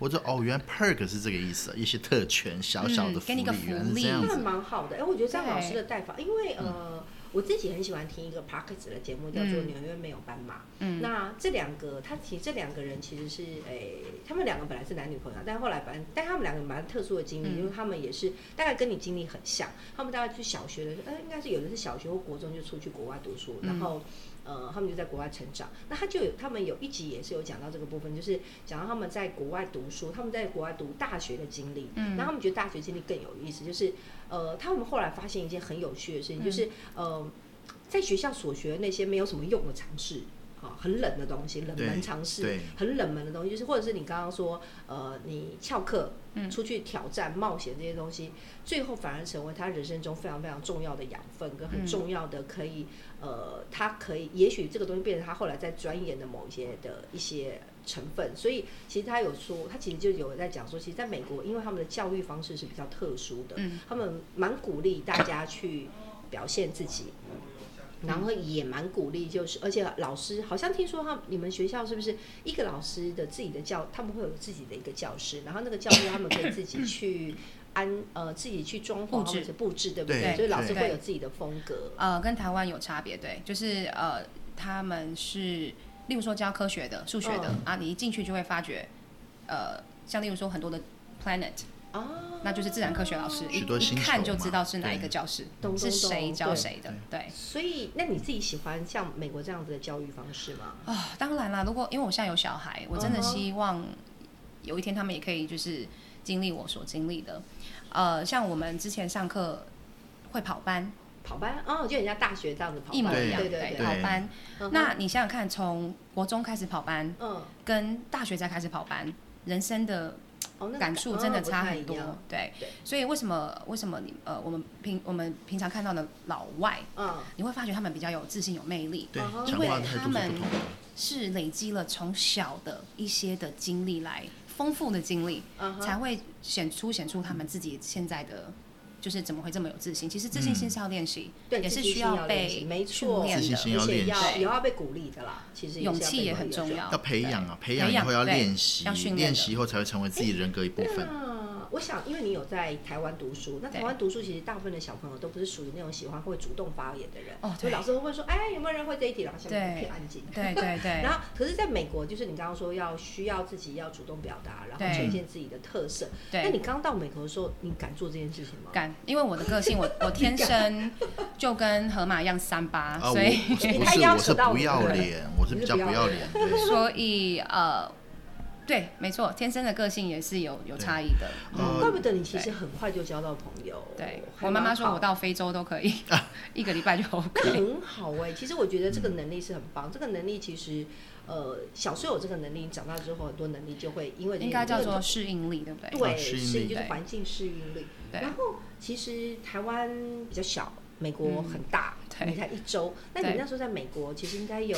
我说，哦，原来 perk 是这个意思，一些特权，小小的嗯福给你利，个原来是福利这样那子。蛮好的。哎，我觉得张老师对的带法，因为呃，我自己很喜欢听一个 p a r k e t 的节目，叫做《嗯纽约没有斑马》。嗯那这两个，他其实这两个人其实是，诶，他们两个本来是男女朋友，但后来反正，但他们两个蛮特殊的经历，嗯因为他们也是大概跟你经历很像，他们大概去小学的时候，呃，应该是有的是小学或国中就出去国外读书，嗯然后。呃，他们就在国外成长。那他就有，他们有一集也是有讲到这个部分，就是讲到他们在国外读书，他们在国外读大学的经历。嗯然后他们觉得大学经历更有意思，就是呃，他们后来发现一件很有趣的事嗯情，就是、呃，在学校所学的那些没有什么用的尝试。啊，很冷的东西，冷门对尝试对，很冷门的东西，就是或者是你刚刚说，呃，你翘课，嗯出去挑战、冒险这些东西，最后反而成为他人生中非常非常重要的养分，跟很嗯重要的可以，呃，他可以，也许这个东西变成他后来在钻研的某一些的一些成分。所以其实他有说，他其实就有在讲说，其实在美国，因为他们的教育方式是比较特殊的，嗯他们蛮鼓励大家去表现自己。然后也蛮鼓励，就是而且老师好像听说他你们学校是不是一个老师的自己的教，他们会有自己的一个教室，然后那个教室他们可以自己去安呃自己去装布潢置或者是布置，对不对所以老师对会有自己的风格。呃，跟台湾有差别，对，就是呃，他们是，例如说教科学的、数学的、嗯啊，你一进去就会发觉，呃，像例如说很多的 planet，哦，那就是自然科学老师，一许多一星看球就嘛知道是哪一对个教室懂懂是谁懂教对谁的，对。所以那你自己喜欢像美国这样子的教育方式吗？啊、当然啦，如果因为我现在有小孩，我真的嗯哼希望有一天他们也可以就是经历我所经历的。呃，像我们之前上课会跑班，跑班哦，就很像大学这样子跑班，一模一样，对对，对。跑班。嗯哼那你想想看，从国中开始跑班，嗯，跟大学再开始跑班，人生的哦，那个感触真的差很多哦不太一样。对对，所以为什么为什么你呃，我们平我们平常看到的老外，嗯，你会发觉他们比较有自信、有魅力，对哦，强化态度是不同的。是累积了从小的一些的经历来丰富的经历，嗯哼才会显出显出他们自己现在的。就是怎么会这么有自信？其实自信心是要练习，对，也自是信需心要被练习没训错，练自信心的。要而且练要习也要被鼓励的啦。其实也是勇要被气也鼓励很的重要要培养啊，培养养以后要对练习要训，练练的习以后才会成为自己人格一部 分。那嗯我想，因为你有在台湾读书，那台湾读书其实大部分的小朋友都不是属于那种喜欢会主动发言的人，哦所以对老师会问说，哎，有没有人会这一题？然后下面一对片安静。对对 对然，后，可是在美国，就是你刚刚说要需要自己要主动表达，然后对呈现自己的特色。对那你刚到美国的时候，你敢做这件事情吗？敢，因为我的个性，我我天生就跟河马一样三八，啊，我 所以我你不太是要我求是到不你要了脸，我是你比是较不不要要脸脸， 对。所以呃，对，没错，天生的个性也是有有对差异的。哦嗯呃怪不得你其实很快就交到朋友。对还我妈妈蛮说，好我到非洲都可以，啊一个礼拜就 OK 那很好 哎、其实我觉得这个能力是很棒。这个能力其实，呃，小时候有这个能力，长大之后很多能力就会因为你应该叫因为做适应力，对不对？对啊适应适应，力就是对环境适应力。对然后其实台湾比较小，美国很大，嗯对你才一周。那你对那时候在美国，其实应该有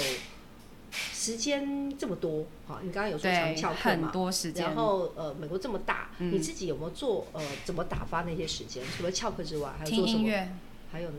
时间这么多哈。你刚刚有说常对，翘课很嘛？多时间然。后呃，美国这么大，嗯你自己有没有做呃，怎么打发那些时间？除了翘课之外，还有听做什音么？乐，还有呢？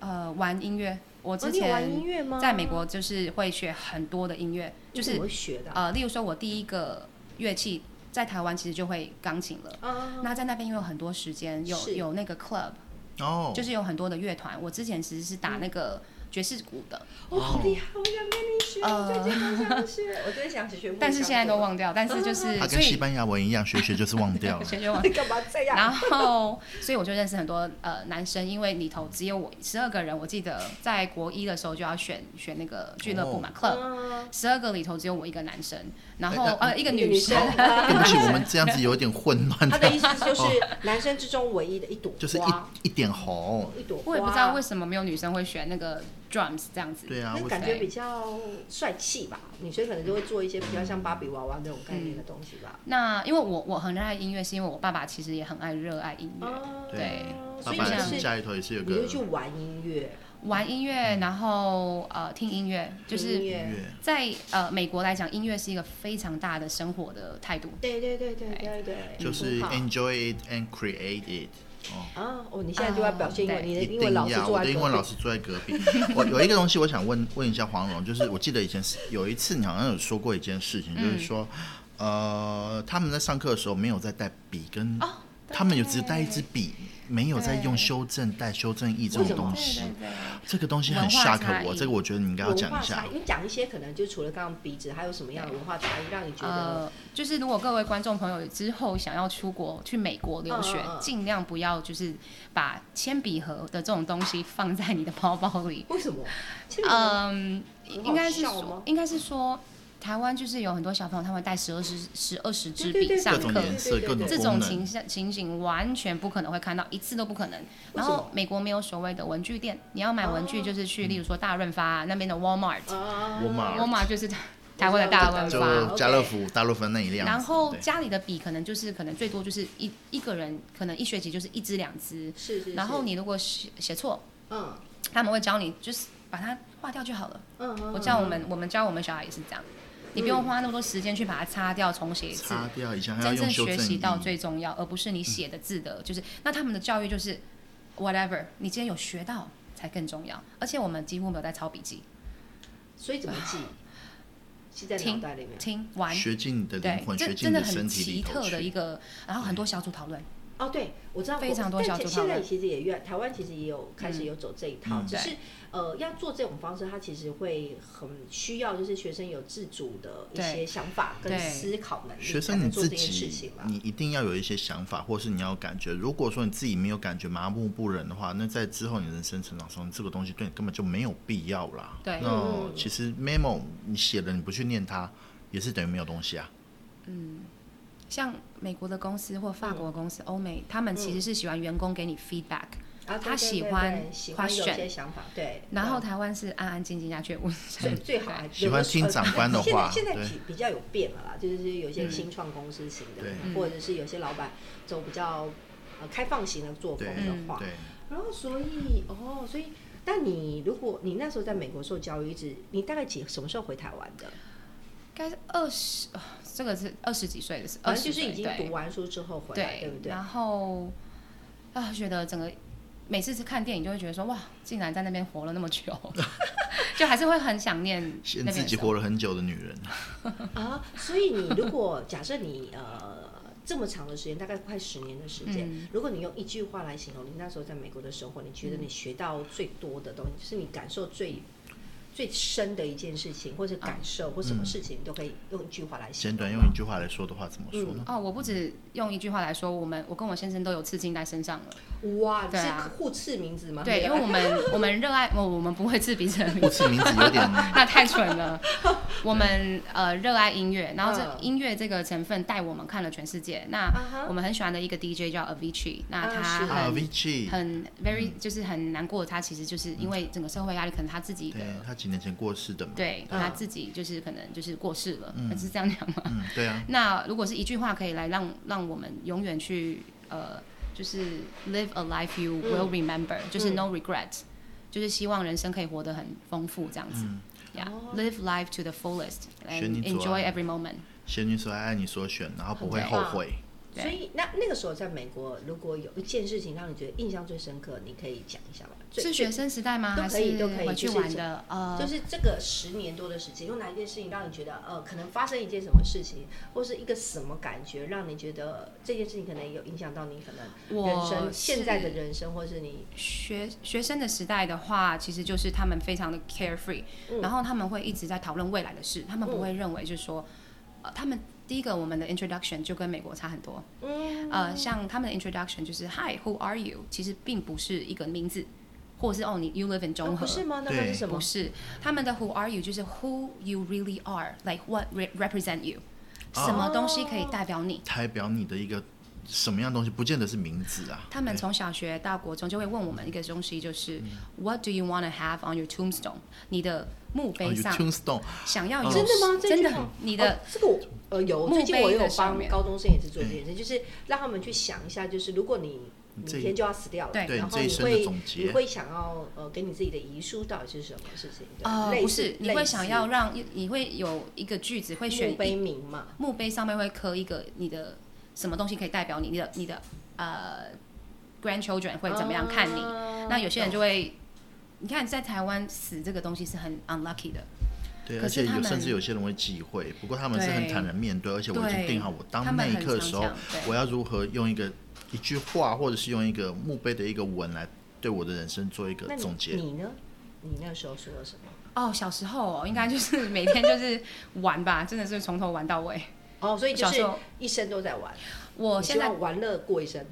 呃，玩音乐。我哦之你有玩音前乐吗？在美国就是会学很多的音乐，你就怎是么学的啊？呃，例如说我第一个乐器在台湾其实就会钢琴了。啊呃那在那边因为有很多时间，有是有那个 club，哦，就是有很多的乐团。我之前其实是打那个爵士鼓的，哦，好厉害！我想跟你学，呃我最近都想学，我真的想学木箱。但是现在都忘掉。但是就是他所跟西以班牙文一样，学学就是忘掉了。 学 学忘你干嘛这样？然后，所以我就认识很多呃男生，因为里头只有我十二个人，我记得在国一的时候就要选选那个俱乐部嘛、club，嗯十二个里头只有我一个男生，然后哦哎那呃一个一个女女生生，对不起，我们这样子有点混乱他，的意思就是男生之中唯一的一朵 就是花，一一点红。一朵花。我也不知道为什么没有女生会选那个 drums 这样子。对啊，那我感觉比较帅气吧，女生可能就会做一些比较像芭比娃娃那种概念的东西吧。那因为我我很热爱音乐，是因为我爸爸其实也很爱热爱音乐，哦，对所爸以爸就像是家里头也是有你就个去玩音乐，玩音乐，然后呃听音乐，就是音音乐，乐，在呃美国来讲，音乐是一个非常大的生活的态度。对对对对对对，就很是好 enjoy it and create it。哦，啊，哦，你现在就要表现英啊文，你的一英文定老师要！坐我在的英隔文壁老师坐在隔壁。 我有一个东西，我想问问一下黄蓉，就是我记得以前是有一次你好像有说过一件事情，嗯就是说，呃，他们在上课的时候没有在带笔跟，哦他们有只带一支笔，没有在用修正带、修正义这为什种么东对西对。对，这个东西很文化 shock 差我，异这个我觉得你应该要文讲化一下差异，。你讲一些可能就除了刚刚鼻子，还有什么样的文化差异让你觉得？呃，就是如果各位观众朋友之后想要出国去美国留学嗯嗯，嗯尽量不要就是把铅笔盒的这种东西放在你的包包里。为什么？其实嗯，很好应该是笑哦说吗，应该是说，台湾就是有很多小朋友他们带十二十十二十对支对笔对上各种课，颜色、对对各种这功种能情，形情形完全不可能会看到，一次都不可能。为然什后么美国没有所谓的文具店，你要买文具哦就是去，例如说大润发、那边的 Walmart，Walmart 啊， Walmart 就是台台湾的大润我知道发。就家乐福、大陆分那一辆子。然后对家里的笔可能就是可能最多就是一一个人可能一学期就是一支两支，是是，然后是你如果写写错，嗯他们会教你就是把它划掉就好了。嗯嗯，我教我们我们教我们小孩也是这样，你不用花那么多时间去把它擦掉重写一次，擦掉以前还要真用正修正嗯学习仪到最重要，而不是你写的字的，就是那他们的教育就是 whatever，你今天有学到才更重要。而且我们几乎没有在抄笔记，所以怎么记？是在脑听袋里面。啊听玩。学进你的灵对，魂，这学进真你的的很身体奇里头特的一去。个，然后很多小组讨论，哦，对，我知道非常多但小其组讨现在论其实也越台湾其实也有开始嗯有走这一套，嗯只是对呃要做这种方式，它其实会很需要就是学生有自主的一对些想法跟对思考能力，学才生你能做自这件事己情，啦你。一定要有一些想法，或是你要有感觉。如果说你自己没有感觉，麻木不仁的话，那在之后你人生成长中，这个东西对你根本就没有必要啦。对那其实 memo 你写了，你不去念它，也是等于没有东西啊。像美国的公司或法国的嗯公司、欧美，他们其实是喜欢员工给你 feedback，、啊，对他对喜对欢对喜欢有 question 些想法，对，然后嗯台湾是安安静静下去问最最好还对有喜的欢时听候长呃官的话现在现对在比比较有变了啦，就是有些嗯新创公司型的对，或者是有些老板走比较呃开放型的作风对嗯的话，对，然后所以哦，所以但你如果你那时候在美国受教育，一直你大概几什么时候回台湾的？应该是二十，哦这个是二十几岁的，是反二正就十是已经岁对读完书之后回来，对不对？然后啊，觉得整个每次看电影就会觉得说，哇，竟然在那边活了那么 久，就还是会很想念先那边自的己生活活了很久的女人，啊，所以你如果假设你呃这么长的时间，大概快十年的时间，嗯如果你用一句话来形容你那时候在美国的生活，你觉得你学到最多的东西，就是你感受最最深的一件事情，或者感受、或什么事情，你都可以用一句话来形简容。短用一句话来说的话，怎么说呢？哦，我不止用一句话来说，我们我跟我先生都有刺青在 身上了。哇，对啊是互斥名字吗？对，因为我们我们热爱，我哦我们不会刺彼此 的名字，这名字有 点那太蠢 了。我们呃热爱音乐，然后这嗯音乐这个成分带我们看了全世界。那啊哈我们很喜欢的一个 DJ 叫 Avicii，那啊他是啊很，Vici，很 very 就是很难过，他其实就是因为整个社会压力，可能他自己的对啊他几年前过世的嘛。对嗯他自己就是可能就是过世了，呃 是这样讲吗？嗯，对啊，那如果是一句话可以来让让我们永远去呃，就是 live a life you will remember，、就是嗯 no regret，就是希望人生可以活得很丰富这样子。Yeah, 哦 live life to the fullest 嗯选你 and 左啊 enjoy every moment。选你所爱，哎爱你所选，然后不会很后棒悔。对所以那那个时候在美国，如果有一件事情让你觉得印象最深刻，你可以讲一下吗？最是学生时代吗？都还可以是都可以回去就是玩的？呃就，是这个十年多的时间，有哪一件事情让你觉得呃，可能发生一件什么事情，或是一个什么感觉，让你觉得呃这件事情可能有影响到你可能人我生现在的是人生，或是你学学生的时代的话，其实就是他们非常的 carefree，、嗯然后他们会一直在讨论未来的事，他们不会认为就是嗯说，呃，他们第一个我们的 introduction 就跟美国差很多，嗯，呃，像他们的 introduction 就是 Hi who are you，其实并不是一个名字，或者是哦你 you live in 哦中不和。是吗？那会是对什么不？是，他们的 Who are you 就是 Who you really are，like what re- represent you，、哦什么东西可以代表你？代表你的一个什么样东西，不见得是名字啊。他们对嗯从小学到国中就会问我们一个东西，就是 What do you want to have on your tombstone？你的墓碑哦有哦上 Tombstone，想要有哦真的吗？这哦真句的话，你哦的这个我呃有，墓最近我碑有的上帮嗯面高中生也是做这件事，就是让他们去想一下，就是如果你这明天就要死掉了，对对然你后这一你生的会总你结，会想要呃给你自己的遗书到底是什么事情？对呃，哦类不似是，你类会似想要让你会有一个句子，会选墓碑一铭嘛？墓碑上面会刻一个你的什么东西可以代表你，你的你的呃 grandchildren 会怎么样看你？啊那有些人就会，你看在台湾死这个东西是很 unlucky 的，对，可而是且他有们甚至有些人会忌讳，不过他们是对很坦然面对，而且我已经对定好，我他当那们一很刻的常时候讲，对我要如何用一个一句话，或者是用一个墓碑的一个文来对我的人生做一个那你总结。你呢？你那时候说了什么？哦，小时候、哦、应该就是每天就是玩吧， 真的是从头玩到尾。哦，所以就小时是候一生都在玩。我你现希在望玩乐过一生，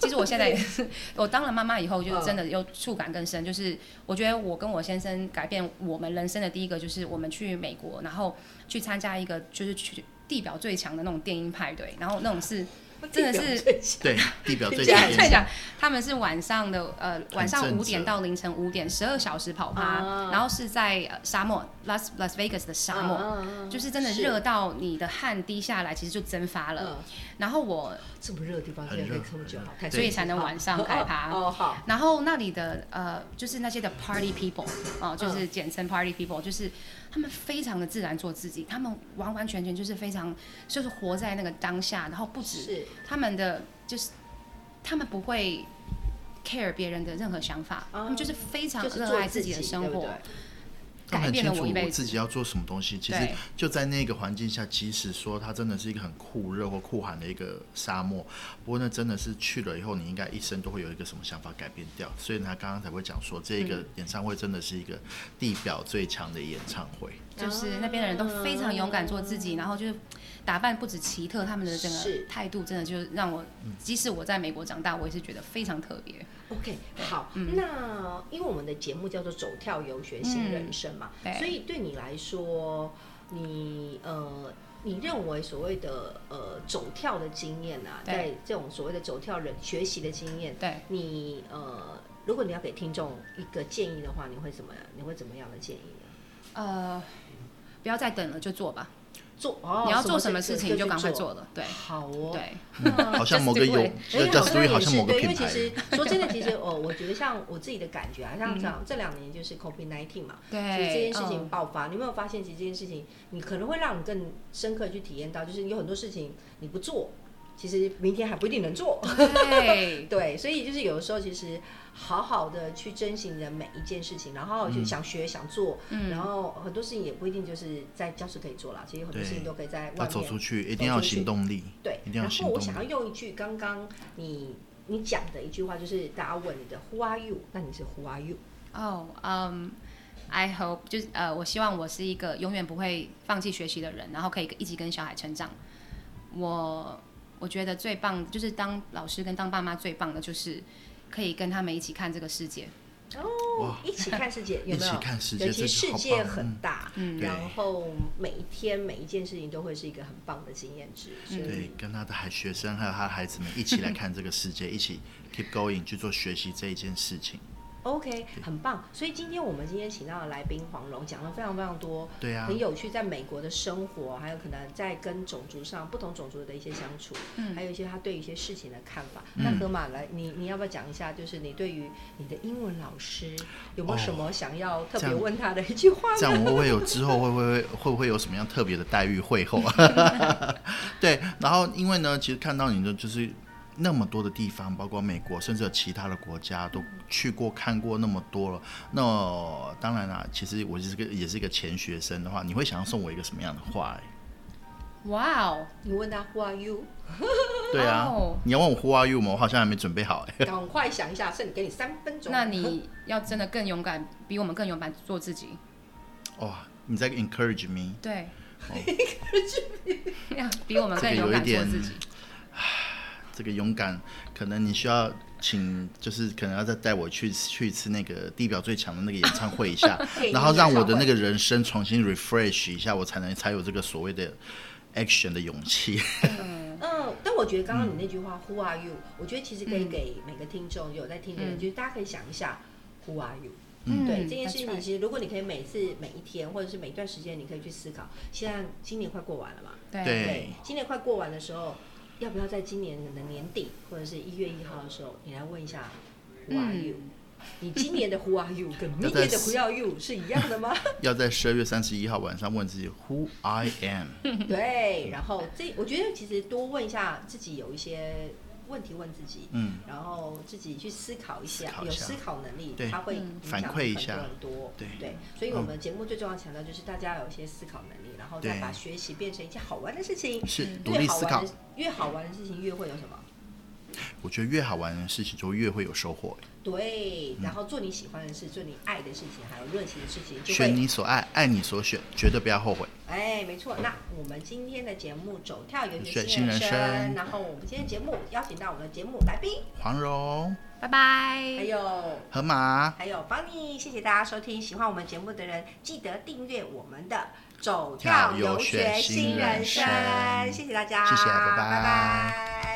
其实我现在也是，我当了妈妈以后，就嗯真的又触感更深。就是我觉得我跟我先生改变我们人生的第一个，就是我们去美国，然后去参加一个就是去地表最强的那种电音派对，然后那种是 哦真 的是最强 对，地表最这样强子再讲，他们是晚上的呃晚上很正五点到凌晨五点，十二小时跑趴，啊然后是在、呃沙漠 Las Las Vegas 的沙漠，就是真的啊是热到你的汗滴下来，其实就蒸发 嗯，了。然后我这么热的地方很居然可以热这么久，很好太所以神奇才能了晚上开趴哦，好，然后那里的呃，就是那些的 party people 哦、嗯就是简称 party people，就是他们非常的自然做自己，他们完完全全就是非常就是活在那个当下，然后不止是他们的就是他们不会 care 别人的任何想法，他们就是非常就是热做爱自己的生对不活，对他们改很变了清我一楚辈自子。己要做什么东西。其实对就在那个环境下，即使说它真的是一个很酷热或酷寒的一个沙漠，不过那真的是去了以后，你应该一生都会有一个什么想法改变掉。所以他刚刚才会讲说，这嗯个演唱会真的是一个地表最强的演唱会。就是那边的人都非常勇敢做自己，然后就是打扮不止奇特，他们的整是个态度真的就是让我，即使我在美国长大，我也是觉得非常特别。 OK，好，嗯那因为我们的节目叫做“走跳游学新人生”嘛，嗯对所以对你来说，你呃，你认为所谓的呃走跳的经验啊，对在这种所谓的走跳人学习的经验，对。你呃，如果你要给听众一个建议的话，你会怎么你会怎么样的建议呢？呃，不要再等了，就做吧。做哦，你要做什什么事情就赶快去做，做了。对好哦，对，嗯，好像 Just 某个 do 有 it 哎，呃好 Just 像 Do It 也好像是某个对，因为品其牌。实说真的，其实哦，我觉得像我自己的感觉 啊，嗯像这样这两年就是 COVID nineteen 嘛，其实这对，件事情爆发，你有没有发现？其实这件事情，你可能会让你更深刻地去体验到，就是有很多事情你不做，其实明天还不一定能做。，嗯对对，所以就是有的时候，其实好好的去珍惜你的每一件事情，然后好嗯好去想学、想做，然后很多事情也不一定就是在教室可以做啦，其实很多对事情都可以在要外走面出去，一走定哦要有出去行动力。对一，定要然行后动我想要用一句刚刚你你讲的一句话，就是大家问你的 “Who are you”，那你是 “Who are you”？哦，嗯。I hope 就是呃，我希望我是一个永远不会放弃学习的人，然后可以一起跟小孩成长。我我觉得最棒就是当老师跟当爸妈最棒的就是可以跟他们一起看这个世界。哦哇，一起看世 界有一没有起？看世对，界，其这实世是好界棒很嗯大，嗯对然后每一天每一件事情都会是一个很棒的经验值。嗯所嗯对以，跟他的孩学生还有他的孩子们一 起来看这个世界，一起 keep going 去做学习这一件事情。 OK，很棒。所以今天我们今天请到的来宾黄龙讲了非常非常多。对啊很，有趣，在美国的生活，还有可能在跟种族上不同种族的一些相处，嗯还有一些他对一些事情的看法。嗯那河马来，你你要不要讲一下，就是你对于你的英文老师有哦没有什么想要特别这样问他的一句话呢？这样我会不会有之后会不会会不会有什么样特别的待遇会后？ 对，然后因为呢，其实看到你的就是那么多的地方，包括美国，甚至有其他的国家都去过、看过那么多了。那当然啦，其实我是个也是一个钱学生的话，你会想要送我一个什么样的话、欸哇哦，你问他 Who are you？对啊哦你要问我 Who are you 吗？我好像还没准备好哎、 赶快想一下，剩给你三分钟。那你要真的更勇敢，比我们更勇敢做自己。哇、哦你在 encourage me。对， 哦要比我们这更个有勇一敢做点自己。这个勇敢，可能你需要请，就是可能要再带我去去一次那个地表最强的那个演唱会 一下电，影然后让我的演唱会那个人生重新 refresh 一下，我才能才有这个所谓的 action 的勇气。 嗯，但我觉得刚刚你那句话、Who are you？我觉得其实可以给每个听众有在听的人，嗯嗯就是大家可以想一下 Who are you？嗯对这件事 that's 情， right 其实如果你可以每次、每一天，或者是每一段时间，你可以去思考。现在今年快过完了嘛，对对对，今年快过完的时候，要不要在今年的年底或者是一月一号的时候，你来问一下 Who are you？、你嗯今年的 Who are you 跟明 年的 Who are you 是一样的吗？要在十二月三十一号晚上问自己 Who I am。 对，然后这我觉得其实多问一下自己有一些问题问自己，嗯，然后自己去思考一下，思考一有下思考能力对，它会嗯影响反馈一很下多很多。对嗯所以我们节目最重要强调就是大家有一些思考能力，然后再对把学习变成一件好玩的事情。是嗯独越立好思考玩的，越好玩的事情越会有什么？我觉得越好玩的事情就越会有收获。嗯对，然后做你喜欢的事，做你爱的事情，还有热情的事情，就选会你所爱，爱你所选，绝对不要后悔。哎，没错。那我们今天的节目《走跳游学选新新人人生》生然后我们今天节目邀请到我们的节目来宾，黄蓉、拜拜。还有河马，还有邦尼，谢谢大家收听。喜欢我们节目的人，记得订阅我们的《走跳跳游游学学新新人人生》，生谢谢大家，谢谢拜拜拜拜